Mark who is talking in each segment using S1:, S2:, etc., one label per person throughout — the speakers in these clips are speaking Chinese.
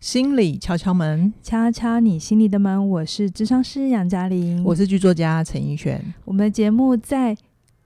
S1: 心理敲敲门，
S2: 敲敲你心里的门，我是智商师杨嘉玲。
S1: 我是剧作家陈奕璇。
S2: 我们的节目在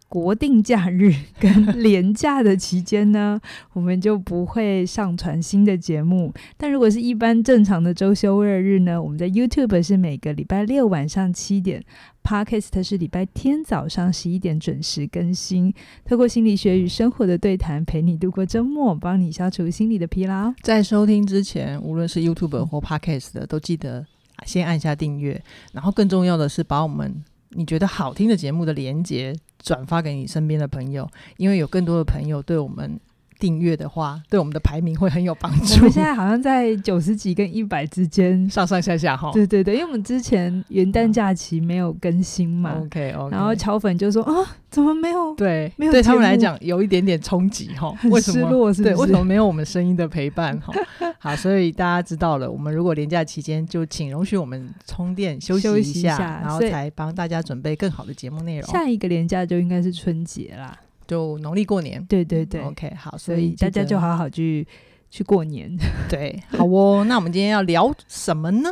S2: 国定假日跟 连假的期间呢，我们就不会上传新的节目。但如果是一般正常的周休二日呢，我们在 YouTube 是每个礼拜六晚上七点，Podcast 是礼拜天早上十一点准时更新。透过心理学与生活的对谈，陪你度过周末，帮你消除心理的疲 劳。
S1: 在收听之前，无论是
S2: 嗯
S1: YouTube 或 Podcast 的，都记得先按下订阅，然后更重要的是把我们你觉得好听的节目的连接转发给你身边的朋友，因为有更多的朋友对我们订阅的话，对我们的排名会很有帮
S2: 我
S1: 助。
S2: 们。现在好像在九十几跟一百之间
S1: 上上下下哈。
S2: 对对对，因为我们之前元旦假期没有更新嘛，
S1: OK 嗯哦 OK，
S2: 然后乔粉就说啊，怎么没有？
S1: 对，
S2: 没有
S1: 对他们
S2: 节目
S1: 来讲有一点点冲击哈，
S2: 很
S1: 为什
S2: 失
S1: 么？
S2: 落是不是？
S1: 对，为什么没有我们声音的陪伴？ 哈，好，所以大家知道了，我们如果连假期间，就请容许我们充电休息
S2: 休息
S1: 一下，
S2: 一下
S1: 然后
S2: 所以
S1: 才帮大家准备更好的节目内容。
S2: 下一个年假就应该是春节啦？
S1: 就农历过年，嗯
S2: 对对对，
S1: ，OK，好，
S2: 所
S1: 以
S2: 以大家
S1: 记得
S2: 就好好去去过年。
S1: 对，好哦。那我们今天要聊什么呢？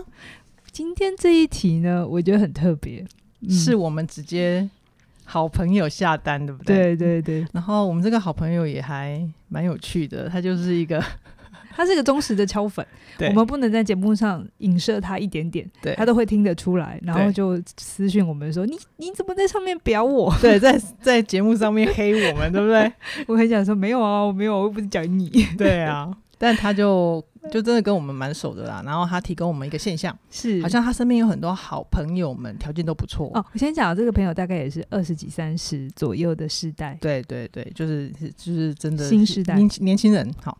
S2: 今天这一题呢，我觉得很特别，嗯
S1: 是我们直接好朋友下单，对不对？
S2: 对对对，
S1: 然后我们这个好朋友也还蛮有趣的，他就是一个
S2: 他是个忠实的敲粉，
S1: 对
S2: 我们不能在节目上影射他一点点，
S1: 对
S2: 他都会听得出来，然后
S1: 对
S2: 就私讯我们说你你怎么在上面表我？
S1: 对在在节目上面黑我们，对不对？
S2: 我很想说没有啊，我没有，我又不是讲你。
S1: 对啊， 但他就就真的跟我们蛮熟的啦。然后他提供我们一个现象，
S2: 是
S1: 好像他身边有很多好朋友们，条件都不错。
S2: 嗯哦，我先讲这个朋友大概也是二十几、三十左右的世代，
S1: 对对对，就是是就是真的
S2: 新时代
S1: 年年轻人好。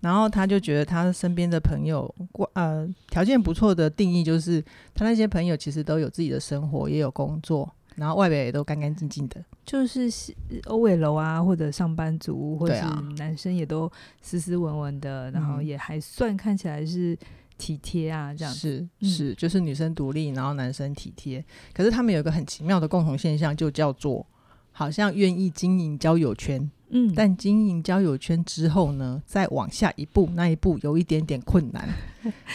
S1: 然后他就觉得他身边的朋友过呃条件不错的定义就是，他那些朋友其实都有自己的生活，也有工作，然后外表也都干干净净的。
S2: 就是是欧尾楼啊，或者上班族，或
S1: 对
S2: 者
S1: 啊
S2: 是男生也都斯斯文文的，然后
S1: 嗯
S2: 也还算看起来是体贴啊，这样子。
S1: 是
S2: 嗯
S1: 是，就是女生独立，然后男生体贴。可是他们有一个很奇妙的共同现象，就叫做好像愿意经营交友圈，
S2: 嗯，
S1: 但经营交友圈之后呢，再往下一步那一步有一点点困 难，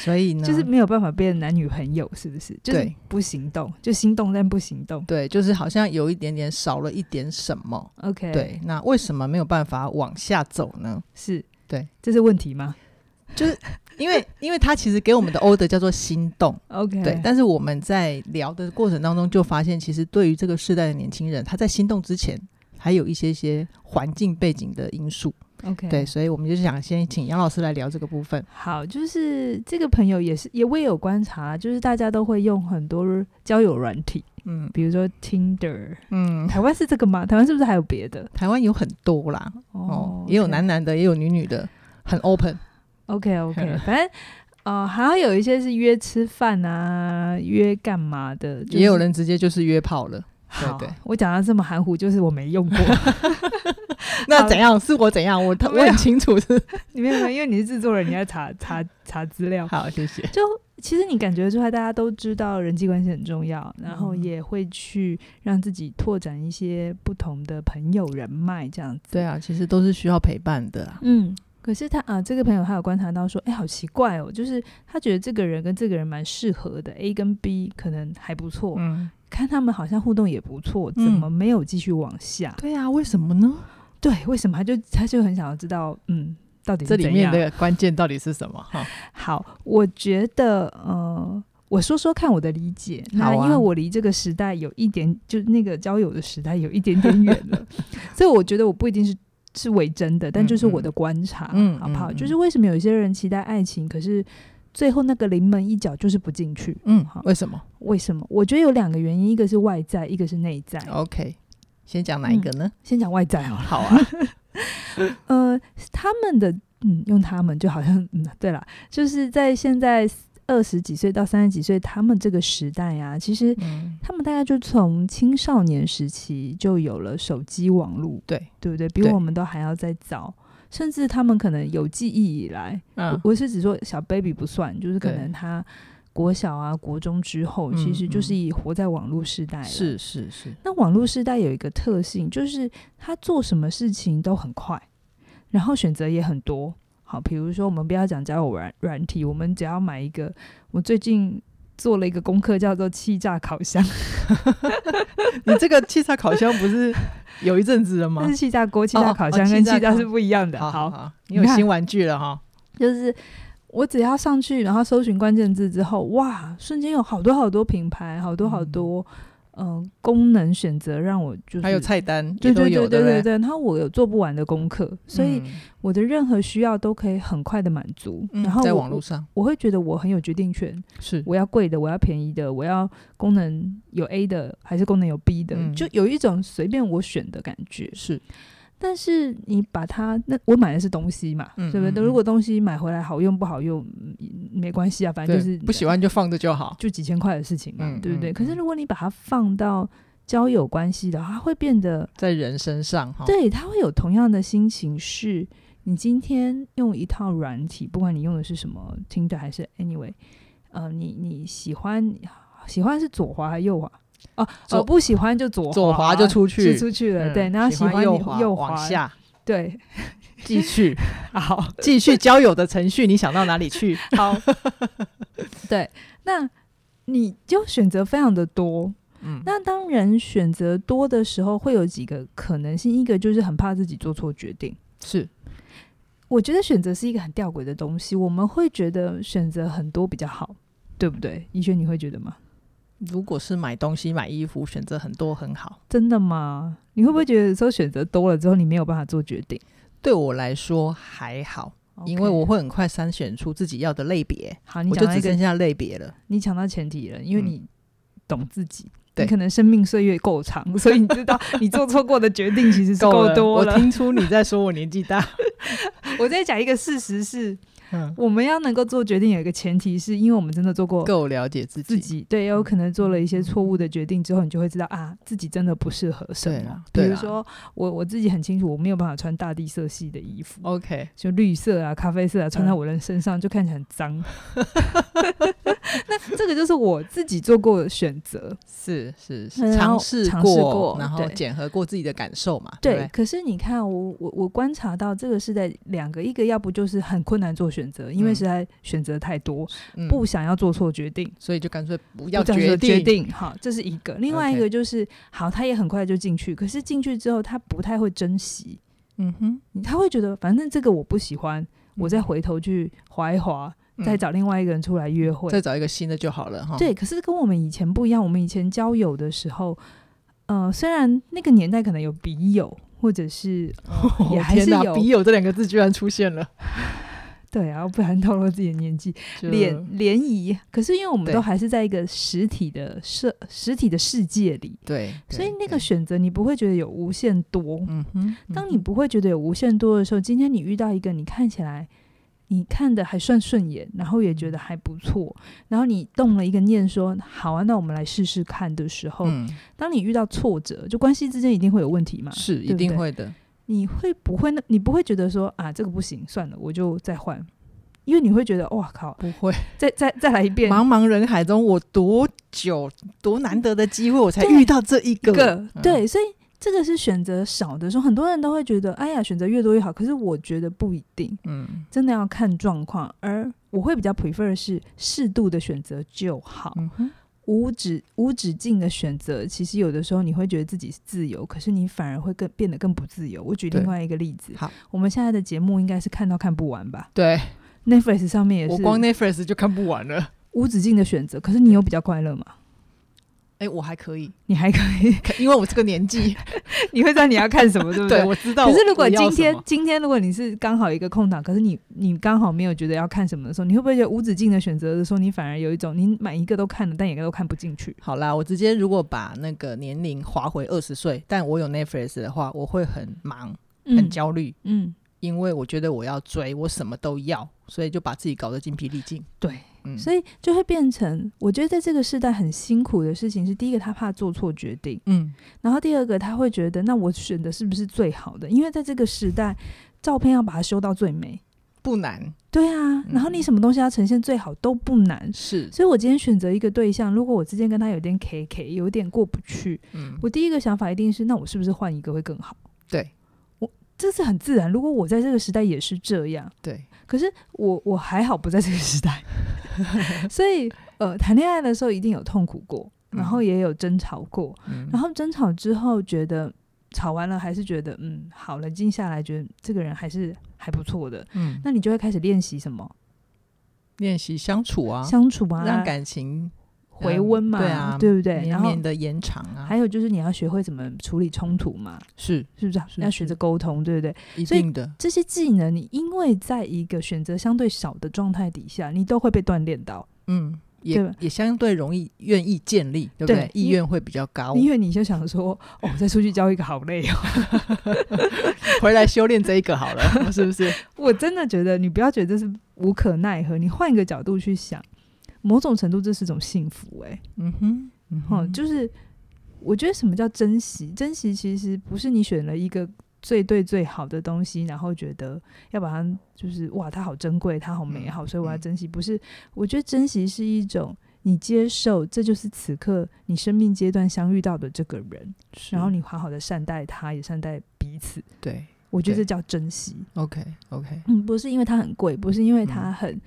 S1: 所以呢，
S2: 就是没有办法变男女朋友，是不是？就是
S1: 对
S2: 不行动，就心动但不行动。
S1: 对，就是好像有一点点少了一点什么。
S2: OK，
S1: 对，那为什么没有办法往下走呢？
S2: 是，
S1: 对，
S2: 这是问题吗
S1: 因为因为他其实给我们的 order 叫做心动，
S2: ？OK，
S1: 对，但是我们在聊的过程当中就发现，其实对于这个世代的年轻人，他在心动之前。还有一些些环境背景的因素，
S2: OK，
S1: 对，所以我们就想先请杨老师来聊这个部分。
S2: 好，就是这个朋友也是也我也有观察，就是大家都会用很多交友软体，
S1: 嗯
S2: 比如说 Tinder，
S1: 嗯，
S2: 台湾是这个吗？台湾是不是还有别的？
S1: 台湾有很多啦，哦，也有男男的，也有女女的，很 open。
S2: OK OK，反正呃，还有一些是约吃饭啊，约干嘛的，就是
S1: 也有人直接就是约炮了。
S2: 好
S1: 对对
S2: 我讲到这么含糊，就是我没 用过，
S1: 那怎样？是我怎样？我我
S2: 没有
S1: 很清楚是。
S2: 你没有，因为你是制作人，你 要查查查资料。
S1: 好，谢谢。
S2: 就其实你感觉出来，大家都知道人际关系很重要，然后
S1: 嗯
S2: 也会去让自己拓展一些不同的朋友人脉，这样子。
S1: 对啊，其实都是需要陪伴的啊。
S2: 嗯，可是他啊，这个朋友他有观察到说，哎、好奇怪哦，就是他觉得这个人跟这个人蛮适合的，A 跟 B 可能还不错，
S1: 嗯，
S2: 看他们好像互动也不错，怎
S1: 嗯
S2: 么没有继续往下？
S1: 对啊，为什么呢？
S2: 对，为什么他就他就很想要知道，嗯，到底是
S1: 这里
S2: 怎
S1: 面
S2: 样
S1: 的关键到底是什么？哈，
S2: 好，我觉得呃。我说说看我的理解，那
S1: 好啊
S2: 因为我离这个时代有一点，就那个交友的时代有一点点远 了，所以我觉得我不一定是是为真的，但就是我的观察，
S1: 嗯嗯嗯
S2: 好不好？
S1: 嗯嗯
S2: 就是为什么有些人期待爱情，可是最后那个临门一脚就是不进去，
S1: 嗯
S2: 好，
S1: 为什么
S2: 为什么？我觉得有两个原因，一个是外在，一个是内在。
S1: ？OK，先嗯讲哪一个呢？
S2: 先讲外在好了，
S1: 好 啊，
S2: 呃，他们的嗯，用他们就好像嗯，对了，就是在现在二十几岁到三十几岁他们这个时代啊，其实
S1: 嗯，
S2: 他们大概就从青少年时期就有了手机网络，
S1: 对，
S2: 对不对？比
S1: 对
S2: 我们都还要再早，甚至他们可能有记忆以来，
S1: 嗯，
S2: 我我是指说小 baby 不算，就是可
S1: 对
S2: 能他国小啊、国中之后，
S1: 嗯
S2: 其实就
S1: 嗯
S2: 是以活在网络时代了。
S1: 是是是，
S2: 那网络时代有一个特性，就是他做什么事情都很快，然后选择也很多。好，比如说我们不要讲交友软软体，我们只要买一个。我最近做了一个功课，叫做气炸烤箱，
S1: 你这个气炸烤箱不是有一阵子了吗
S2: 但？是气炸锅、气炸烤箱
S1: 哦
S2: 跟
S1: 气炸
S2: 气炸
S1: 烤
S2: 是不一样
S1: 嗯
S2: 的。
S1: 好
S2: 好，
S1: 好，你有
S2: 你看
S1: 新玩具了哈。
S2: 就是我只要上去，然后搜寻关键字之后，哇，瞬间有好多好多品牌，好多好多嗯、呃功能选择，让我就是
S1: 还有菜单，
S2: 对
S1: 也都
S2: 对
S1: 有
S2: 对对
S1: 不
S2: 对对，然后我有做不完的功课，所以
S1: 嗯
S2: 我的任何需要都可以很快的满足。
S1: 嗯
S2: 然后
S1: 在
S2: 我
S1: 网络上
S2: 我会觉得我很有决定权，
S1: 是
S2: 我要贵的，我要便宜的，我要功能有 A 的，还是功能有 B 的，
S1: 嗯
S2: 就有一种随便我选的感觉。
S1: 是，
S2: 但是你把它，那我买的是东西嘛，
S1: 嗯
S2: 对不
S1: 嗯
S2: 对？如果东西买回来好用不好用，嗯没关系啊，反正
S1: 对
S2: 就是
S1: 不喜欢就放着就好。
S2: 就几千块的事情嘛，
S1: 嗯
S2: 对不对？
S1: 嗯
S2: 可是
S1: 嗯
S2: 如果你把它放到交友关系的话，它会变得，
S1: 在人身上哈，
S2: 对，它会有同样的心情是。你今天用一套软体，不管你用的是什么听着还是 anyway，呃，你你喜欢喜欢是左滑还是右滑？哦、
S1: 左
S2: 哦，不喜欢就左
S1: 左滑就出去
S2: 就出去了。
S1: 嗯
S2: 对，然后喜欢你
S1: 右滑
S2: 右
S1: 往下
S2: 对，
S1: 继 续
S2: 好，
S1: 继续交友的程序，你想到哪里去？
S2: 好，对，那你就选择非常的多。
S1: 嗯，
S2: 那当人选择多的时候，会有几个可能性，一个就是很怕自己做错决定。
S1: 是
S2: 我觉得选择是一个很吊诡的东西，我们会觉得选择很多比较好，对不对？怡轩，你会觉得吗？
S1: 如果是买东西、买衣服，选择很多很好。
S2: 真的吗？你会不会觉得有时候选择多了之后，你没有办法做决定
S1: 对我来说还好，因为
S2: OK
S1: 我会很快筛选出自己要的类别，
S2: 好，你
S1: 我就
S2: 讲到
S1: 只
S2: 一个
S1: 剩，下类别了。
S2: 你讲到前提了，因为
S1: 嗯
S2: 你懂自己。
S1: 对
S2: 你可能生命岁月够长，所以你知道你做错过的决定其实是够多
S1: 了，我听出你在说我年纪 大。
S2: 我再讲一个事实是，
S1: 嗯，
S2: 我们要能够做决定，有一个前提是因为我们真的做过
S1: 够了解自己。
S2: 自己，对，也有可能做了一些错误的决定之后，你就会知道啊，自己真的不适合什
S1: 对
S2: 么
S1: 啊。
S2: 比
S1: 对啊
S2: 如说，我我自己很清楚，我没有办法穿大地色系的衣服。
S1: OK，
S2: 就绿色啊、咖啡色啊，穿在我人身上、就看起来很 脏。那这个就是我自己做过的选择，
S1: 是是
S2: 嗯
S1: 是，
S2: 然后
S1: 尝试
S2: 尝试过
S1: 过，然后
S2: 对
S1: 检核过自己的感受嘛，对不
S2: 对，可是你看，我我我观察到这个是在两个，一个要不就是很困难做选择，因为
S1: 嗯
S2: 实在选择太多，
S1: 对？嗯
S2: 不，想要做错决定，
S1: 所以就干脆不
S2: 不
S1: 要
S2: 想做
S1: 决
S2: 决
S1: 定。
S2: 定，好，这是一个。另外一
S1: OK
S2: 个就是好，他也很快就进去，可是进去之后他不太会珍惜，
S1: 嗯哼，
S2: 他会觉得反正这个我不喜欢，我再回头去划一划，
S1: 嗯
S2: 再找另外一个人出来约会。
S1: 再找一个新的就好了哈。
S2: 对，可是跟我们以前不一样，我们以前交友的时候，呃，虽然那个年代可能有笔友。或者是、呃也还
S1: 哦天
S2: 是
S1: 哪
S2: 有
S1: 笔友这两个字居然出现了，
S2: 对啊，不然透露自己的年纪，
S1: 就
S2: 联联谊。可是因为我们
S1: 对
S2: 都还是在一个实体的社、实体的世界里，
S1: 对，
S2: 所以
S1: 对
S2: 那个
S1: 对
S2: 选择你不会觉得有无限多。
S1: 嗯哼，
S2: 当
S1: 嗯
S2: 你
S1: 哼
S2: 不会觉得有无限多的时候，今天你遇到一个你看起来你看的还算顺眼，然后也觉得还不错，
S1: 嗯
S2: 然后你动了一个念说好啊，那我们来试试看的时候，
S1: 嗯
S2: 当你遇到挫折，就关系之间一定会有问题嘛，
S1: 是
S2: 啊对
S1: 一
S2: 不
S1: 定
S2: 对
S1: 会的，
S2: 你会不会那你不会觉得说啊这个不行，算了，我就再换，因为你会觉得哇靠，
S1: 不会。
S2: 再再再来一遍，
S1: 茫茫人海中，我多久多难得的机会，我才遇到这一个。
S2: 一个
S1: 嗯
S2: 对，所以这个是选择少的时候，很多人都会觉得，哎呀，选择越多越好。可是我觉得不一定，
S1: 嗯
S2: 真的要看状况。而我会比较 prefer 是适度的选择就好，
S1: 嗯哼，
S2: 无止无止境的选择，其实有的时候你会觉得自己是自由，可是你反而会更变得更不自由。我举
S1: 对
S2: 另外一个例子，
S1: 好，
S2: 我们现在的节目应该是看到看不完吧
S1: 对
S2: ？Netflix 上面也
S1: 我
S2: 是
S1: 光那 f r a s 就看不完了。
S2: 无止境的选择，可是你有比较快乐吗？
S1: 哎，我还可以，
S2: 你还可以，
S1: 因为我这个年纪，
S2: 你会知道你要看什么，对不
S1: 对我知道我。
S2: 可是如果
S1: 我要
S2: 今
S1: 什
S2: 天
S1: 么
S2: 今天如果你是刚好一个空档，可是你你刚好没有觉得要看什么的时候，你会不会觉得无止境的选择的时候，你反而有一种你买一个都看了，但也都看不进去？
S1: 好啦，我直接如果把那个年龄划回二十岁，但我有 Netflix 的话，我会很忙、很焦虑，
S2: 嗯，
S1: 因为我觉得我要追，我什么都要，所以就把自己搞得精疲力尽。
S2: 对，
S1: 嗯，
S2: 所以就会变成，我觉得在这个时代很辛苦的事情是，第一个他怕做错决定，
S1: 嗯，
S2: 然后第二个他会觉得，那我选的是不是最好的？因为在这个时代，照片要把它修到最美，
S1: 不难
S2: 对
S1: 嗯
S2: 啊，然后你什么东西要呈现最好都不难。
S1: 是，
S2: 所以，我今天选择一个对象，如果我之间跟他有点 K K，有点过不去，
S1: 嗯，
S2: 我第一个想法一定是，那我是不是换一个会更好？
S1: 对，
S2: 我这是很自然。如果我在这个时代也是这样，
S1: 对，
S2: 可是我我还好不在这个时代， 所以呃，谈恋爱的时候一定有痛苦过，然后也有争吵过，
S1: 嗯
S2: 然后争吵之后觉得吵完了还是觉得嗯好，冷静下来，觉得这个人还是还不错的，
S1: 嗯，
S2: 那你就会开始练习什么
S1: 练习相处啊，
S2: 相处啊，
S1: 让感情
S2: 回温嘛，
S1: 嗯对啊
S2: 不对？
S1: 绵
S2: 然后
S1: 绵的延长啊，
S2: 还有就是你要学会怎么处理冲突嘛，
S1: 是
S2: 是不是？啊
S1: 是啊
S2: 要学着沟通，对不对？
S1: 一
S2: 所以
S1: 定的，
S2: 这些技能，你因为在一个选择相对少的状态底下，你都会被锻炼到，
S1: 嗯，
S2: 对
S1: 也
S2: 吧
S1: 也相对容易愿意建立，对不对
S2: 对？
S1: 意
S2: 因
S1: 愿会比较高，
S2: 因为你就想说，哦，再出去交一个好累哦。
S1: 回来修炼这一个好了，是不是？
S2: 我真的觉得，你不要觉得这是无可奈何，你换一个角度去想，某种程度这是种幸福、欸，哎，
S1: 嗯哼，嗯
S2: 哦，
S1: 哼，
S2: 就是我觉得什么叫珍惜？珍惜其实不是你选了一个最对最好的东西，然后觉得要把它就是哇，它好珍贵，它好美好，所以我要
S1: 嗯
S2: 珍惜。不是，我觉得珍惜是一种你接受，这就是此刻你生命阶段相遇到的这个人，然后
S1: 是
S2: 你好好的善待他，也善待彼此。
S1: 对
S2: 我觉得
S1: 对
S2: 这叫珍惜。
S1: ，OK OK，
S2: 嗯，不是因为它很贵，不是因为它很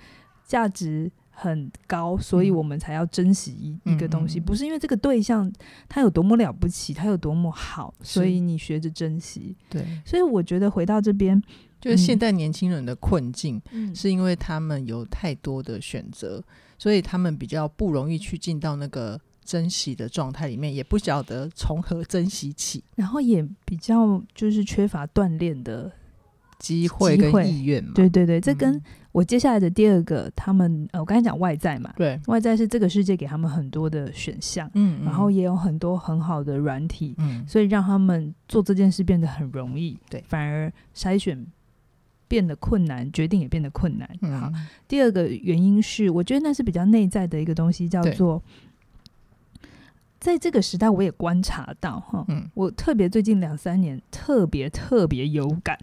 S2: 价值很高，所以
S1: 嗯
S2: 我们才要珍惜一一个东西，
S1: 嗯嗯嗯
S2: 不是因为这个对象它有多么了不起，它有多么好，所
S1: 是
S2: 以你学着珍惜。
S1: 对，
S2: 所以我觉得回到这边，
S1: 就是现
S2: 嗯
S1: 代年轻人的困境，
S2: 嗯
S1: 是因为他们有太多的选择，所以他们比较不容易去进到那个珍惜的状态里面，也不晓得从何珍惜起
S2: 然后也比较就是缺乏锻炼的，
S1: 机会
S2: 机会
S1: 跟意愿嘛。
S2: 对对对，这
S1: 嗯
S2: 跟我接下来的第二个，他们呃，我刚才讲外在嘛，
S1: 对，
S2: 外在是这个世界给他们很多的选项，
S1: 嗯
S2: 然后也有很多很好的软体，
S1: 嗯
S2: 所以让他们做这件事变得很容易，
S1: 对
S2: 反而筛选变得困难，决定也变得困难。
S1: 嗯
S2: 好，
S1: 嗯
S2: 第二个原因是，我觉得那是比较内在的一个东西，叫
S1: 对
S2: 做在这个时代，我也观察到哈。
S1: 嗯，
S2: 我特别最近两三年特别特别有感，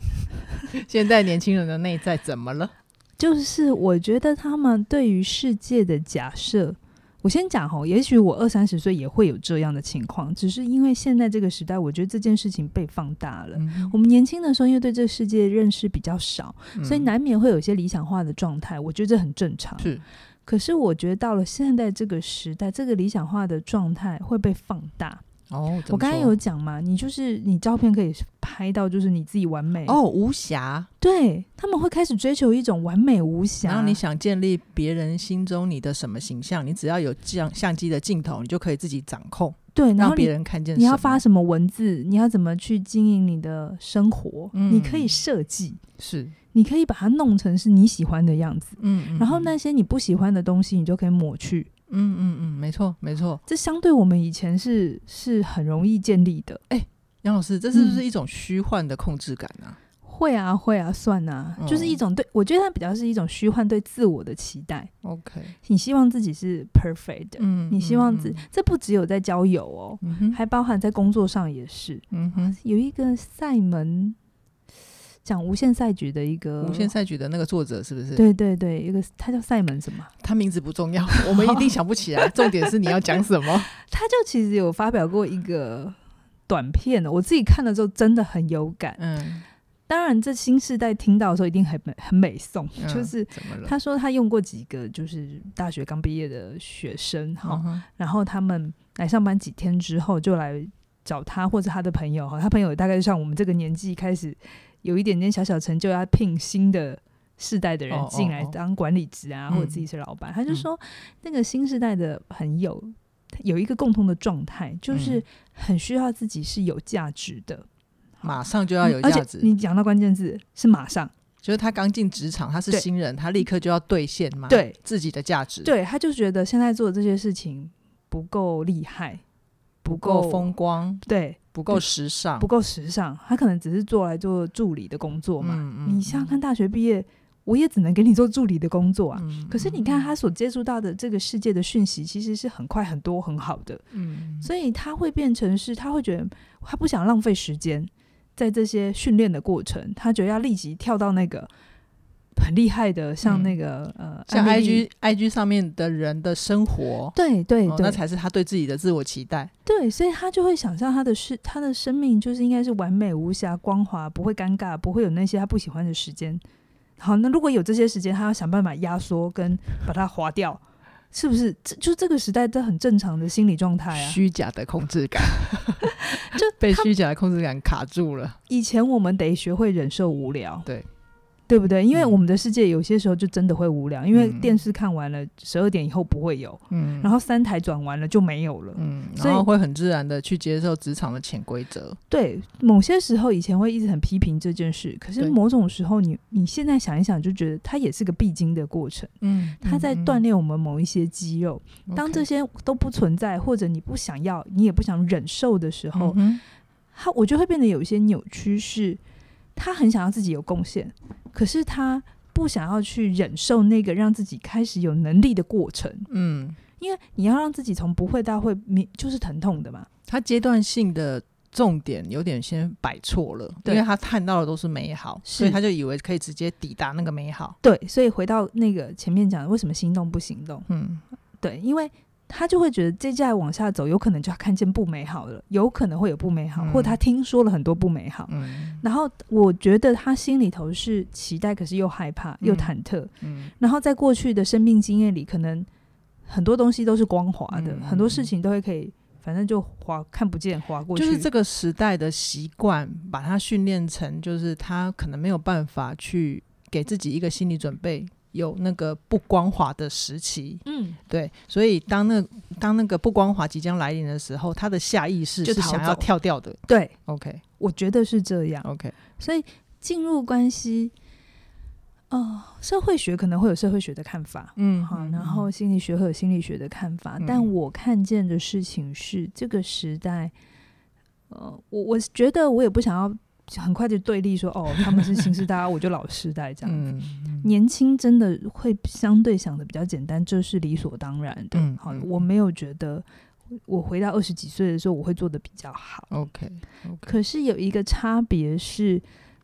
S1: 现代年轻人的内在怎么了？
S2: 就是我觉得他们对于世界的假设，我先讲吼，也许我二三十岁也会有这样的情况，只是因为现在这个时代，我觉得这件事情被放大了。
S1: 嗯
S2: 我们年轻的时候，因为对这个世界认识比较少，
S1: 嗯
S2: 所以难免会有一些理想化的状态。我觉得这很正常。
S1: 是
S2: 可是我觉得到了现在这个时代，这个理想化的状态会被放大。
S1: 哦，怎么
S2: 我刚才
S1: 说
S2: 有讲嘛，你就是你照片可以拍到，就是你自己完美。
S1: 哦无瑕，
S2: 对他们会开始追求一种完美无瑕。
S1: 然后你想建立别人心中你的什么形象，你只要有相相机的镜头，你就可以自己掌控，
S2: 对，然
S1: 让
S2: 后
S1: 别
S2: 你
S1: 人看见
S2: 你要发
S1: 什
S2: 什么文字，你要怎么去经营你的生活，
S1: 嗯
S2: 你可以设计，
S1: 么是
S2: 你可以把它弄成是你喜欢的样子。
S1: 嗯，嗯
S2: 然后
S1: 嗯
S2: 那些你不喜欢的东西，你就可以抹去。
S1: 嗯嗯嗯，没错没错。
S2: 这相对我们以前是是很容易建立的。
S1: 杨老师，这是不是
S2: 嗯
S1: 一种虚幻的控制感啊？
S2: 会啊，会啊，算啊，
S1: 嗯
S2: 就是一种对我觉得它比较是一种虚幻对自我的期待。
S1: OK，
S2: 你希望自己是 perfect 的，
S1: 嗯
S2: 你希望自、这不只有在交友哦，
S1: 嗯哼，
S2: 还包含在工作上也是。
S1: 嗯哼，
S2: 有一个赛门讲无限赛局的一个
S1: 无限，赛局的那个作者是不是？，
S2: 对对对，一个他叫赛门什么啊？
S1: 他名字不重要， 我们一定想不起 来。重点是你要讲什么？
S2: 他就其实有发表过一个短片哦的，我自己看了之后真的很有感。
S1: 嗯，
S2: 当然，这新世代听到的时候一定很美很美颂，
S1: 嗯
S2: 就是
S1: 怎么了？
S2: 他说他用过几个就是大学刚毕业的学生哈，
S1: 嗯哼
S2: 然后他们来上班几天之后就来找他或者他的朋友哈，他朋友大概像我们这个年纪开始有一点点小小成就，要聘新的世代的
S1: 哦
S2: 人
S1: 哦
S2: 进来
S1: 哦
S2: 当管理职啊，
S1: 嗯
S2: 或者自己是老板，他就
S1: 嗯
S2: 说那个新世代的朋友有一个共同的状态，就是
S1: 嗯
S2: 很需要自己是有价值的。
S1: 马上就要有
S2: 嗯而且
S1: 价值，
S2: 你讲到关键字是马上，
S1: 就是他刚进职场，他是
S2: 对
S1: 新人，他立刻就要兑现嘛，
S2: 对
S1: 自己的价值，，
S2: 对，他就觉得现在做的这些事情不够厉害，不
S1: 不够
S2: 够，
S1: 风光，
S2: 对，
S1: 不够时尚，
S2: 不够时尚。他可能只是做来做助理的工作嘛。
S1: 嗯
S2: 你想想看，大学毕业，我也只能给你做助理的工作啊。
S1: 嗯
S2: 可是你看，他所接触到的这个世界的讯息，其实是很快、很多、很好的，
S1: 嗯，
S2: 所以他会变成是，他会觉得他不想浪费时间在这些训练的过程，他觉得要立即跳到那个很厉害的，
S1: 嗯
S2: 像那个、呃，
S1: 像
S2: 艾米丽
S1: IG IG 上面的人的生活，
S2: 对对
S1: 哦
S2: 对、
S1: 那才是他对自己的自我期待。
S2: 对，所以他就会想象他的是他的生命就是应该是完美无瑕、光滑，不会尴尬，不会有那些他不喜欢的时间。好，那如果有这些时间，他要想办法压缩跟把它划掉，是不是？这就这个时代，这很正常的心理状态啊。
S1: 虚假的控制感，
S2: 就
S1: 哎被
S2: 他
S1: 虚假的控制感卡住了。
S2: 以前我们得学会忍受无聊，
S1: 对
S2: 对不对？因为
S1: 嗯
S2: 我们的世界有些时候就真的会无聊，因为
S1: 嗯
S2: 电视看完了十二点以后不会有，
S1: 嗯，
S2: 然
S1: 后
S2: 后三台转完了就没有了。
S1: 嗯，
S2: 所以
S1: 然后会很自然的去接受职场的潜规则。
S2: 对，某些时候以前会一直很批评这件事，可是
S1: 对
S2: 某种时候你你现在想一想，就觉得它也是个必经的过程，
S1: 嗯，
S2: 它在锻炼我们某一些肌肉。
S1: 嗯
S2: 当
S1: OK
S2: 这些都不存在，或者你不想要，你也不想忍受的时候，
S1: 嗯哼
S2: 它我就会变得有一些扭曲是，他很想要自己有贡献，可是他不想要去忍受那个让自己开始有能力的过程，
S1: 嗯，
S2: 因为你要让自己从不会到会，你就是疼痛的嘛。
S1: 他阶段性的重点有点先摆错了，
S2: 对
S1: 因为他看到的都是美好，
S2: 是
S1: 所以他就以为可以直接抵达那个美好。
S2: 对，所以回到那个前面讲的，为什么心动不行动？
S1: 嗯，
S2: 对，因为他就会觉得接下来往下走，有可能就看见不美好了，有可能会有不美好，
S1: 嗯
S2: 或他听说了很多不美好。
S1: 嗯
S2: 然后我觉得他心里头是期待，可是又害怕，又忐忑。
S1: 嗯
S2: 然后在过去的生命经验里，可能很多东西都是光滑的，
S1: 嗯
S2: 很多事情都会可以，反正就滑看不见，滑过去。
S1: 就是这个时代的习惯，把它训练成，就是他可能没有办法去给自己一个心理准备，有那个不光滑的时期。
S2: 嗯，
S1: 对，所以当那当那个不光滑即将来临的时候，他的下意识
S2: 就是逃
S1: 想要
S2: 走
S1: 跳掉的。
S2: 对，
S1: OK
S2: 我觉得是这样。
S1: OK，
S2: 所以进入关系，呃，社会学可能会有社会学的看法，
S1: 嗯
S2: 好，
S1: 嗯
S2: 然后心理学会有心理学的看法，
S1: 嗯
S2: 但我看见的事情是这个时代，呃，我我觉得我也不想要很快就对立说哦，他们是新时代，我就老时代这样。
S1: 嗯
S2: 年轻真的会相对想的比较简单，这是理所当然的。
S1: 嗯
S2: 好
S1: 嗯，
S2: 我没有觉得我回到二十几岁的时候我会做的比较好。
S1: OK OK，
S2: 可是有一个差别是，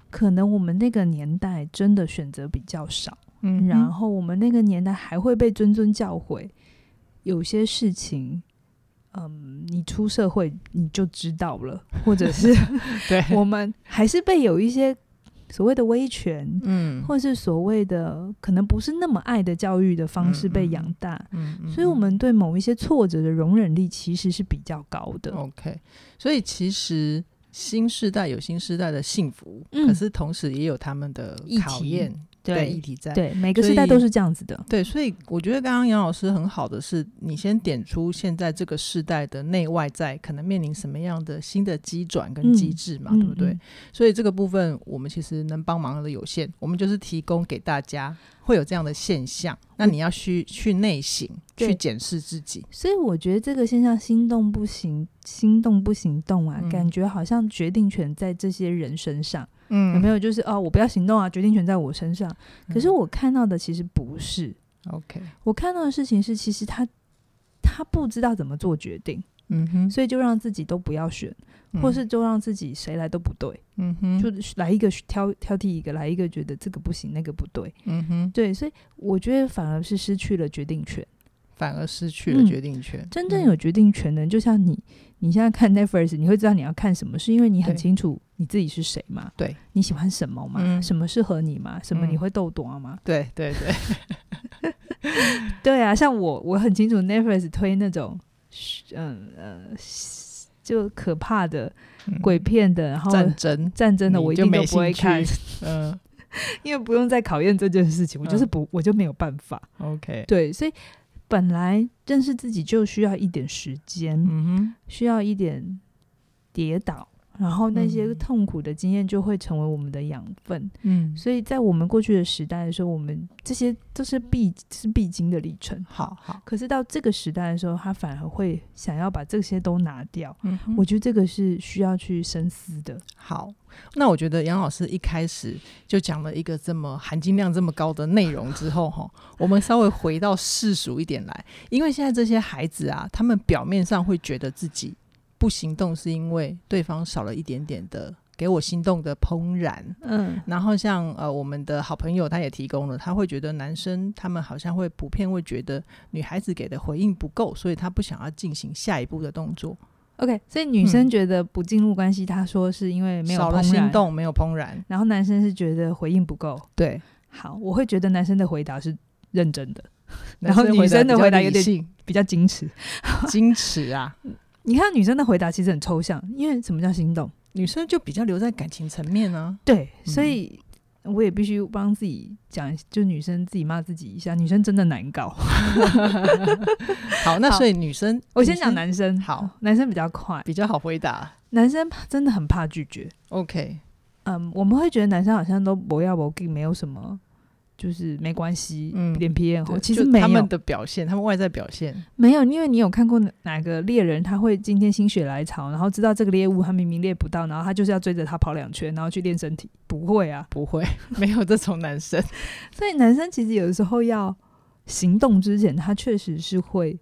S2: 可能我们那个年代真的选择比较少，
S1: 嗯
S2: 然后我们那个年代还会被谆谆教诲，有些事情。嗯，你出社会你就知道了，或者是
S1: 对，
S2: 我们还是被有一些所谓的威权，
S1: 嗯
S2: 或是所谓的可能不是那么爱的教育的方式
S1: 嗯
S2: 被
S1: 嗯
S2: 养大，
S1: 嗯嗯
S2: 所以我们对某一些挫折的容忍力其实是比较高的。
S1: 嗯 OK，所以其实新时代有新时代的幸福，
S2: 嗯
S1: 可是同时也有他们的
S2: 议
S1: 考
S2: 题
S1: 验，议题在。
S2: 对，每个
S1: 所
S2: 时代都
S1: 以
S2: 是这样子的。
S1: 对所以我觉得刚刚杨老师很好的是，你先点出现在这个世代的内外在可能面临什么样的新的机转跟机
S2: 嗯
S1: 制嘛，
S2: 嗯
S1: 对不对
S2: 嗯？
S1: 所以这个部分我们其实能帮忙的有限，我们就是提供给大家会有这样的现象，那你要去去内省，去
S2: 嗯对
S1: 检视自己。
S2: 所以我觉得这个现象“心动不行，心动不行动”啊，
S1: 嗯
S2: 感觉好像决定权在这些人身上，
S1: 嗯
S2: 有没有？就是哦，我不要行动啊，决定权在我身上。可是
S1: 嗯
S2: 我看到的其实不是，
S1: OK，
S2: 我看到的事情是，其实他他不知道怎么做决定，
S1: 嗯哼，
S2: 所以就让自己都不要选，
S1: 以
S2: 或是就让自己谁来都不对，
S1: 嗯哼，
S2: 就来一个挑挑剔一个，来一个觉得这个不行，那个不对。
S1: 嗯哼，
S2: 对，所以我觉得反而是失去了决定权。
S1: 反而失去了
S2: 嗯
S1: 决定权。
S2: 真正
S1: 嗯
S2: 有决定权的人，就像你，你现在看 Netflix，你会知道你要看什么，是因为你很
S1: 对
S2: 清楚你自己是谁嘛？
S1: 对，
S2: 你喜欢什么嘛？
S1: 嗯
S2: 什么适合你嘛？什么
S1: 嗯
S2: 你会逗短嘛？
S1: 对对对，
S2: 对啊，像我，我很清楚 Netflix 推那种，嗯呃，就可怕的
S1: 嗯
S2: 鬼片的，然后
S1: 战争，
S2: 战争的，
S1: 你
S2: 我一
S1: 就
S2: 定都
S1: 没
S2: 不会
S1: 兴
S2: 看，
S1: 嗯
S2: 因为不用再考验这件事情，我就是
S1: 嗯
S2: 不，我就没有办法。
S1: ，OK，
S2: 对，所以本来认识自己就需要一点时间，
S1: 嗯
S2: 需要一点跌倒，然后那些
S1: 嗯
S2: 痛苦的经验就会成为我们的养分。
S1: 哼，嗯，
S2: 所以在我们过去的时代的时候，我们这些都是必是必经的历程。
S1: 好好，
S2: 可是到这个时代的时候，他反而会想要把这些都拿掉。
S1: 嗯哼，
S2: 我觉得这个是需要去深思的。
S1: 好。那我觉得杨老师一开始就讲了一个这么含金量这么高的内容之后，哈，我们稍微回到世俗一点来，因为现在这些孩子啊，他们表面上会觉得自己不行动是因为对方少了一点点的给我心动的怦然。
S2: 嗯
S1: 然后像呃，我们的好朋友他也提供了，他会觉得男生他们好像会普遍会觉得女孩子给的回应不够，所以他不想要进行下一步的动作，
S2: ，OK，所以女生觉得不进入关系，她说是因为没有
S1: 少了
S2: 怦然
S1: 心，动，没有怦然。
S2: 然后男生是觉得回应不够。
S1: 对，
S2: 好，我会觉得男生的回答是认真的，
S1: 男
S2: 然后女生的回答
S1: 比较
S2: 有点
S1: 理 性
S2: 比较矜持。
S1: 矜持啊，
S2: 你看女生的回答其实很抽象，因为什么叫心动？
S1: 女生就比较留在感情层面啊。
S2: 对，
S1: 嗯
S2: 所以我也必须帮自己讲，就女生自己骂自己一下，女生真的难搞。
S1: 好，那
S2: 好
S1: 所以女生，
S2: 我先
S1: 女
S2: 讲
S1: 生
S2: 男生，
S1: 好，
S2: 男生比较快，
S1: 比较好回答。
S2: 男生真的很怕拒绝。
S1: OK，
S2: 嗯，我们会觉得男生好像都不要不给，没有什么，就是没关系，
S1: 嗯
S2: 脸皮也很厚。
S1: 对
S2: 哦其实
S1: 就
S2: 没
S1: 他
S2: 有
S1: 们，的表现，他们外在表现，
S2: 没有，因为你有看过哪哪个猎人，他会今天心血来潮，然后知道这个猎物他明明猎不到，然后他就是要追着他跑两圈，然后去练身体。不会啊，
S1: 不会 没有这种男生。
S2: 所以男生其实有的时候要行动之前，他确实是会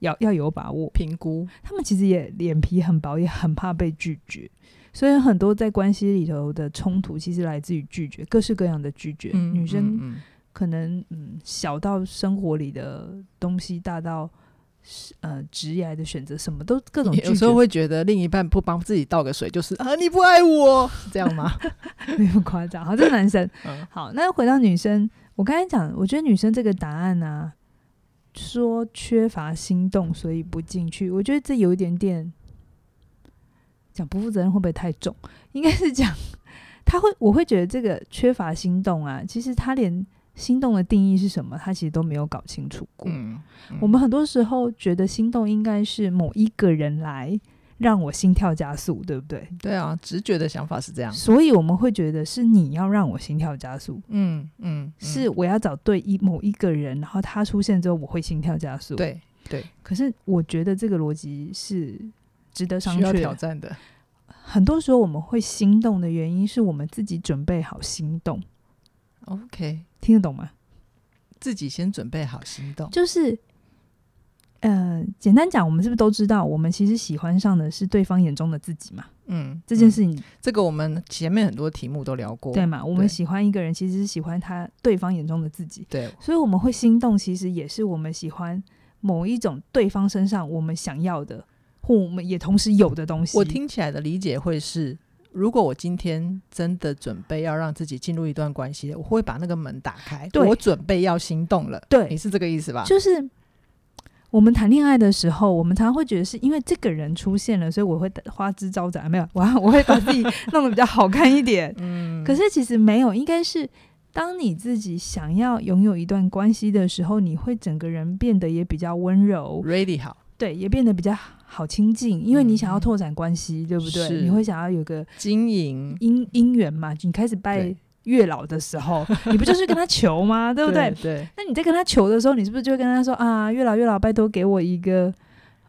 S2: 要要有把握。
S1: 评估
S2: 他们其实也脸皮很薄，也很怕被拒绝，所以很多在关系里头的冲突其实来自于拒绝，各式各样的拒绝。女生
S1: 嗯嗯
S2: 可能嗯小到生活里的东西，大到呃职业的选择，什么都各种拒绝。
S1: 有时候会觉得另一半不帮自己倒个水，就是啊你不爱我，是这样 吗？
S2: 没有夸张。好，这是男生。
S1: 嗯
S2: 好，那回到女生，我刚才讲，我觉得女生这个答案呢、说缺乏心动，所以不进去，我觉得这有一点点讲不负责任，会不会太重？应该是讲，他会，我会觉得这个缺乏心动啊，其实他连心动的定义是什么，他其实都没有搞清楚过。
S1: 嗯，嗯
S2: 我们很多时候觉得心动应该是某一个人来让我心跳加速，对不对？
S1: 对啊，直觉的想法是这样。
S2: 所以我们会觉得是你要让我心跳加速，
S1: 嗯嗯，嗯
S2: 是我要找对一某一个人，然后他出现之后我会心跳加速。，
S1: 对对，
S2: 可是我觉得这个逻辑是值得商
S1: 需要
S2: 榷
S1: 挑
S2: 的。
S1: 战的。
S2: 很多时候我们会心动的原因是我们自己准备好心动，
S1: OK，
S2: 听得懂吗？
S1: 自己先准备好行动。
S2: 就是，呃，简单讲，我们是不是都知道，我们其实喜欢上的是对方眼中的自己嘛？
S1: 嗯，
S2: 这件
S1: 嗯
S2: 事情、
S1: 这个我们前面很多题目都聊过。
S2: 对嘛？我们
S1: 对
S2: 喜欢一个人，其实是喜欢他对方眼中的自己。
S1: 对
S2: 所以我们会心动，其实也是我们喜欢某一种对方身上我们想要的，或我们也同时有的东西。
S1: 我听起来的理解会是，如果我今天真的准备要让自己进入一段关系了，我会把那个门打开，
S2: 对
S1: 我准备要心动了。
S2: 对
S1: 你是这个意思吧？
S2: 就是我们谈恋爱的时候，我们常常会觉得是因为这个人出现了，所以我会花枝招展，啊没有，我我会把 自己弄得比较好看一点。
S1: 嗯
S2: 可是其实没有，应该是。当你自己想要拥有一段关系的时候，你会整个人变得也比较温柔，
S1: ready 好，
S2: 对，也变得比较好亲近，因为你想要
S1: 嗯
S2: 拓展关系，对不对？
S1: 是
S2: 你会想要有个
S1: 经营
S2: 姻姻缘嘛，你开始拜
S1: 对
S2: 月老的时候，你不就是跟他求吗？ 对不对？
S1: 对，
S2: 那你在跟他求的时候，你是不是就会跟他说啊，月老月老，拜托给我一个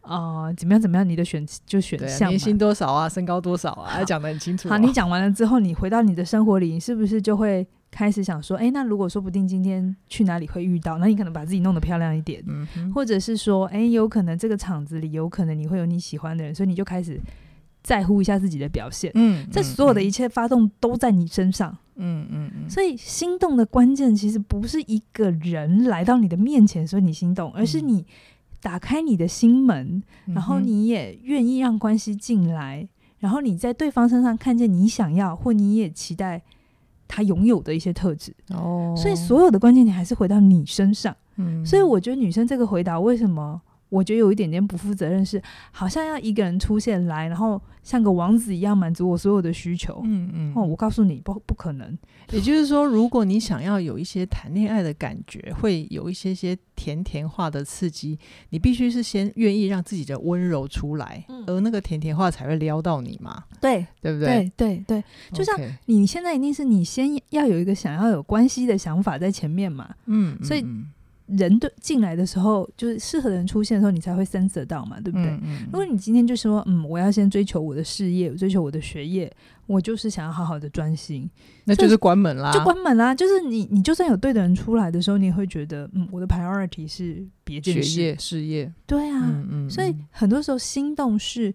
S2: 啊、呃怎么样怎么样，你的选就选
S1: 对啊，
S2: 项
S1: 年薪
S2: 嘛。
S1: 多少啊，身高多少啊，
S2: 好
S1: 讲得很清楚哦。
S2: 好，你讲完了之后，你回到你的生活里，你是不是就会开始想说，哎，那如果说不定今天去哪里会遇到，那你可能把自己弄得漂亮一点，
S1: 嗯哼，
S2: 或者是说，哎，有可能这个场子里有可能你会有你喜欢的人，所以你就开始在乎一下自己的表现。
S1: 嗯，
S2: 这
S1: 嗯
S2: 所有的一，切发动都在你身上，
S1: 嗯嗯嗯，
S2: 所以心动的关键其实不是一个人来到你的面前，所以你心动，而是你打开你的心门，
S1: 嗯
S2: 然后
S1: 哼
S2: 你也愿意让关系进来，然后你在对方身上看见你想要或你也期待他拥有的一些特质。
S1: 哦，
S2: 所以所有的关键点还是回到你身上。
S1: 嗯，
S2: 所以我觉得女生这个回答为什么？我觉得有一点点不负责任是，好像要一个人出现来，然后像个王子一样满足我所有的需求。
S1: 嗯嗯，
S2: 哦，我告诉你，不不可能。
S1: 也就是说，如果你想要有一些谈恋爱的感觉，会有一些些甜甜化的刺激，你必须是先愿意让自己的温柔出来，
S2: 嗯
S1: 而那个甜甜化才会撩到你嘛，
S2: 对，
S1: 对不对？
S2: 对对对，就像
S1: OK，
S2: 你现在一定是你先要有一个想要有关系的想法在前面嘛。
S1: 嗯，
S2: 所以
S1: 嗯
S2: 人对进来的时候，就是适合的人出现的时候，你才会 sense 得到嘛，对不对？
S1: 嗯嗯
S2: 如果你今天就说，嗯，我要先追求我的事业，追求我的学业，我就是想要好好的专心，
S1: 那
S2: 这
S1: 就是关门啦，
S2: 就关门啦。啊就是你，你就算有对的人出来的时候，你也会觉得，嗯，我的 priority 是别件
S1: 学
S2: 事，
S1: 业、事业，
S2: 对啊。
S1: 嗯嗯，
S2: 所以
S1: 嗯
S2: 很多时候心动是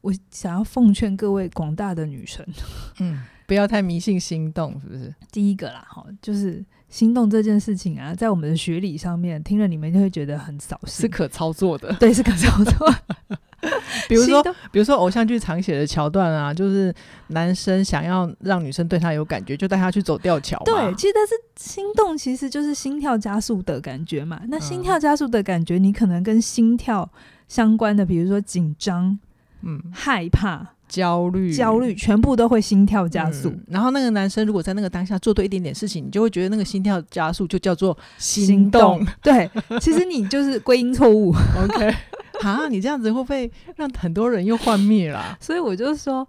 S2: 我想要奉劝各位广大的女生，
S1: 嗯，不要太迷信心动，是不是？
S2: 第一个啦，哈，就是心动这件事情啊，在我们的学理上面听了，你们就会觉得很扫
S1: 是
S2: 兴。
S1: 可操作的。
S2: 对，是可操作。
S1: 比如说
S2: 心，动
S1: 比如说偶像剧常写的桥段啊，就是男生想要让女生对他有感觉，就带她去走吊桥嘛。
S2: 对，其实但是心动其实就是心跳加速的感觉嘛。那心
S1: 嗯
S2: 跳加速的感觉，你可能跟心跳相关的，比如说紧张、
S1: 嗯，
S2: 害怕、
S1: 焦虑，
S2: 焦虑，全部都会心跳加速。
S1: 嗯然后那个男生如果在那个当下做对一点点事情，你就会觉得那个心跳加速就叫做
S2: 心动
S1: 动
S2: 对，其实你就是归因错误。
S1: OK，哈，你这样子会不会让很多人又幻灭啦？
S2: 所以我就说，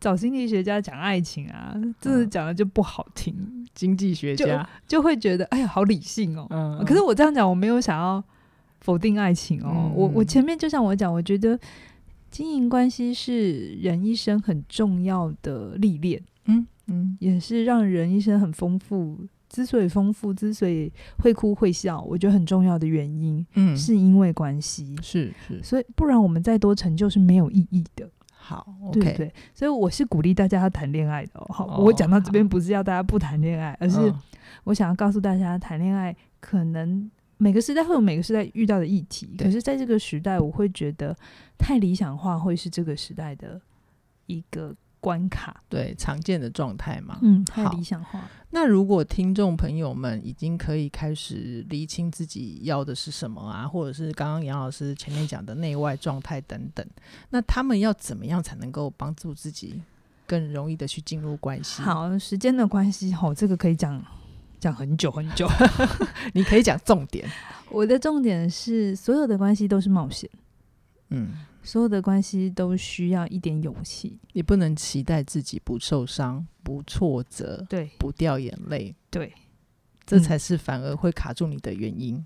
S2: 找心理学家讲爱情啊，真的
S1: 嗯
S2: 讲的就不好听，
S1: 经济学家，
S2: 就会觉得哎呀，好理性哦。
S1: 嗯，
S2: 可是我这样讲，我没有想要否定爱情哦。
S1: 嗯
S2: 我我前面就像我讲，我觉得经营关系是人一生很重要的历练，
S1: 嗯嗯
S2: 也是让人一生很丰富。之所以丰富，之所以会哭会笑，我觉得很重要的原因，
S1: 嗯，
S2: 是因为关系。
S1: 是是，
S2: 所以，不然我们再多成就是没有意义的，
S1: 好
S2: 对不
S1: ，OK，
S2: 对？所以我是鼓励大家要谈恋爱的哦。好，
S1: 哦
S2: 我讲到这边不是要大家不谈恋爱，而是
S1: 嗯
S2: 我想要告诉大家，谈恋爱可能每个时代会有每个时代遇到的议题，
S1: 对
S2: 可是在这个时代，我会觉得太理想化会是这个时代的一个关卡。
S1: 对常见的状态嘛。
S2: 嗯，太
S1: 嗯好
S2: 理想化。
S1: 那如果听众朋友们已经可以开始厘清自己要的是什么啊，或者是刚刚杨老师前面讲的内外状态等等，那他们要怎么样才能够帮助自己更容易的去进入关系？，
S2: 嗯好，时间的关系，吼，这个可以讲讲很久很 久。
S1: 你可以讲重点。
S2: 我的重点是，所有的关系都是冒险，
S1: 嗯，
S2: 所有的关系都需要一点勇气。
S1: 也不能期待自己不受伤、不挫折、
S2: 对
S1: 不掉眼泪，
S2: 对，
S1: 这
S2: 嗯
S1: 才是反而会卡住你的原因。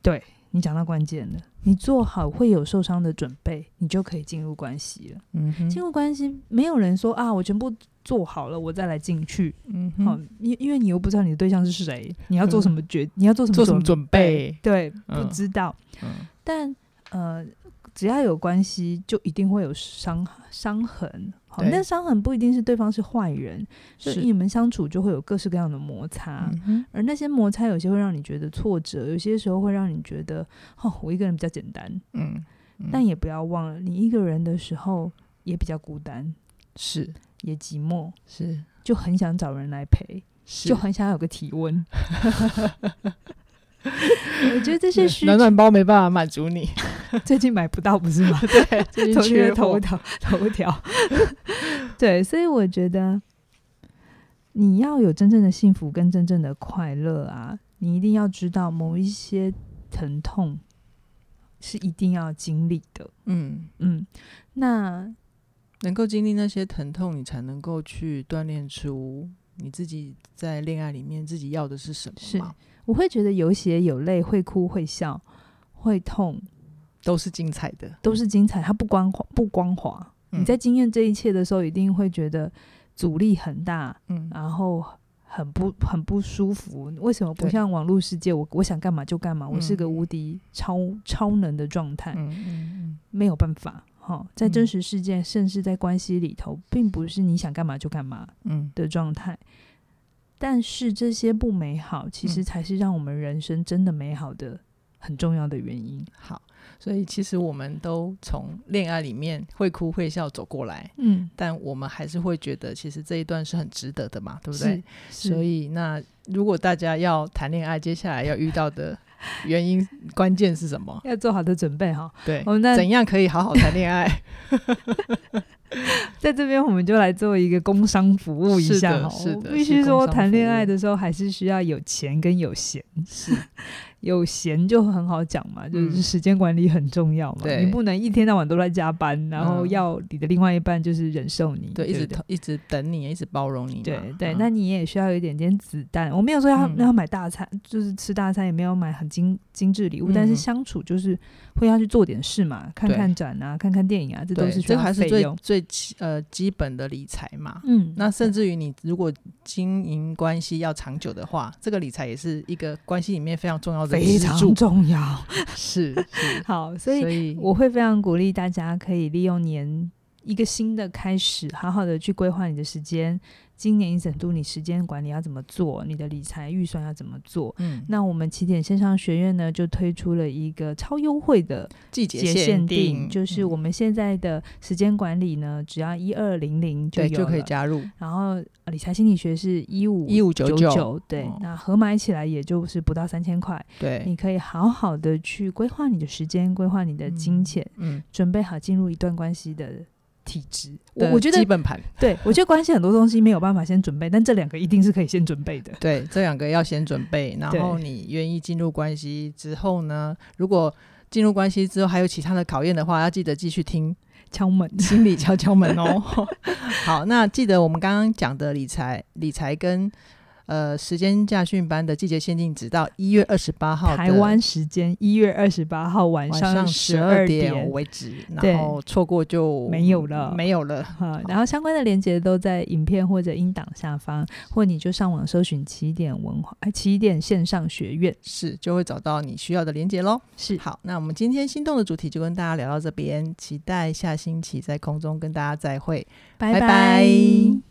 S2: 你讲到关键了，你做好会有受伤的准备，你就可以进入关系了。
S1: 嗯哼
S2: 进入关系，没有人说啊，我全部做好了，我再来进去。
S1: 嗯
S2: 好、
S1: 哼，
S2: 因因为你又不知道你的对象是谁，你要做什么决，你要做什么
S1: 嗯做什么
S2: 准
S1: 准备？
S2: 对，
S1: 嗯
S2: 不知道。
S1: 嗯
S2: 但呃，只要有关系，就一定会有伤伤痕。好，
S1: 对
S2: 那伤痕不一定是对方是坏人，就是你们相处就会有各式各样的摩擦。
S1: 嗯哼
S2: 而那些摩擦，有些会让你觉得挫折，有些时候会让你觉得，哦，我一个人比较简单。
S1: 嗯，嗯
S2: 但也不要忘了，你一个人的时候也比较孤单，
S1: 是
S2: 也寂寞。
S1: 是
S2: 就很想找人来陪，
S1: 是，
S2: 就很想有个体温。 我觉得这些需
S1: 暖暖包没办法满足你，
S2: 最近买不到，不是吗？
S1: 对，最近
S2: 从今天
S1: 缺
S2: 的头
S1: 货。
S2: 条 头 条，对，所以我觉得你要有真正的幸福跟真正的快乐啊，你一定要知道某一些疼痛是一定要经历的。
S1: 嗯，
S2: 嗯，那
S1: 能够经历那些疼痛，你才能够去锻炼出你自己在恋爱里面自己要的是什
S2: 是
S1: 么嘛，
S2: 我会觉得有血有泪，会哭会笑，会痛，
S1: 都是精彩的。
S2: 都是精彩，它不光滑不光滑。
S1: 嗯
S2: 你在经验这一切的时候，一定会觉得阻力很大，
S1: 嗯
S2: 然后很不很不舒服。为什么不
S1: 对
S2: 像网络世界，我我想干嘛就干嘛，我是
S1: 嗯
S2: 个无敌超超能的状态，
S1: 嗯嗯
S2: 没有办法。哈，在
S1: 嗯
S2: 真实世界，甚至在关系里头，并不是你想干嘛就干嘛
S1: 嗯
S2: 的状态。但是这些不美好，其实
S1: 嗯
S2: 才是让我们人生真的美好的很重要的原因。
S1: 好，所以其实我们都从恋爱里面会哭会笑走过来，
S2: 嗯，
S1: 但我们还是会觉得，其实这一段是很值得的嘛，对不
S2: 是
S1: 对？
S2: 是
S1: 所以，那如果大家要谈恋爱，接下来要遇到的原因关键是什么？
S2: 要做好的准备哈。
S1: 对，
S2: 哦那
S1: 怎样可以好好谈恋爱？
S2: 在这边，我们就来做一个工商服务一下哈。
S1: 是的是的
S2: 我必须
S1: 是工
S2: 说，
S1: 商
S2: 谈恋爱
S1: 服务
S2: 的时候还是需要有钱跟有闲。
S1: 是，
S2: 有闲就很好讲嘛，就
S1: 嗯
S2: 是时间管理很重要嘛。
S1: 对
S2: 你不能一天到晚都在加班，然后
S1: 嗯
S2: 要你的另外一半就是忍受你，
S1: 对，一直
S2: 不
S1: 一直等你，一直包容你嘛。
S2: 对对，
S1: 嗯
S2: 那你也需要有一点点子弹。我没有说要、
S1: 嗯
S2: 要买大餐，就是吃大餐，也没有买很精精致礼物，
S1: 嗯
S2: 但是相处就是会要去做点事嘛，看
S1: 对
S2: 看展啊，看看电影啊，这都
S1: 对
S2: 是需
S1: 这
S2: 要
S1: 还是
S2: 费
S1: 最
S2: 用。
S1: 最基呃基本的理财嘛。
S2: 嗯，
S1: 那甚至于你如果经营关系要长久的话，这个理财也是一个关系里面非常重要的
S2: 非
S1: 支
S2: 常
S1: 柱。
S2: 重要。
S1: 是是，
S2: 好，所以
S1: 所以
S2: 我会非常鼓励大家可以利用年一个新的开始，好好的去规划你的时间。今年一整度，你时间管理要怎么做？你的理财预算要怎么做？
S1: 嗯，
S2: 那我们起点线上学院呢，就推出了一个超优惠的
S1: 季节
S2: 节限
S1: 定嗯
S2: 就是我们现在的时间管理呢，只要一二零零就
S1: 对
S2: 有
S1: 就可以
S2: 了
S1: 加入，
S2: 然后呃理财心理学是一五
S1: 1599
S2: 九，对
S1: 哦，
S2: 那合买起来也就是不到三千块，
S1: 对，
S2: 你可以好好的去规划你的时间，规划你的金钱，
S1: 嗯，
S2: 准备好进入一段关系的体质。我我
S1: 的
S2: 觉得
S1: 基，本盘，
S2: 对我觉得关系很多东西没有办法先准备，但这两个一定是可以先准备的。
S1: 对，这两个要先准备，然
S2: 对
S1: 后你愿意进入关系之后呢，如果进入关系之后还有其他的考验的话，要记得继续听
S2: 敲门，
S1: 心理敲敲门 哦。好，那记得我们刚刚讲的理财、理财跟呃时间驾训班的季节限定，直到一月二十八号的
S2: 台湾时间一月二十八号晚
S1: 晚上
S2: 十
S1: 十
S2: 二
S1: 二
S2: 点。
S1: 为止，
S2: 对
S1: 然后错过就
S2: 没有了
S1: 没有了。
S2: 好，然后相关的链接都在影片或者音档下方，或你就上网搜寻起点文化，哎，起点线上学院
S1: 是，就会找到你需要的连接喽。
S2: 是
S1: 好，那我们今天心动的主题就跟大家聊到这边，期待下星期在空中跟大家再会。拜
S2: 拜
S1: 拜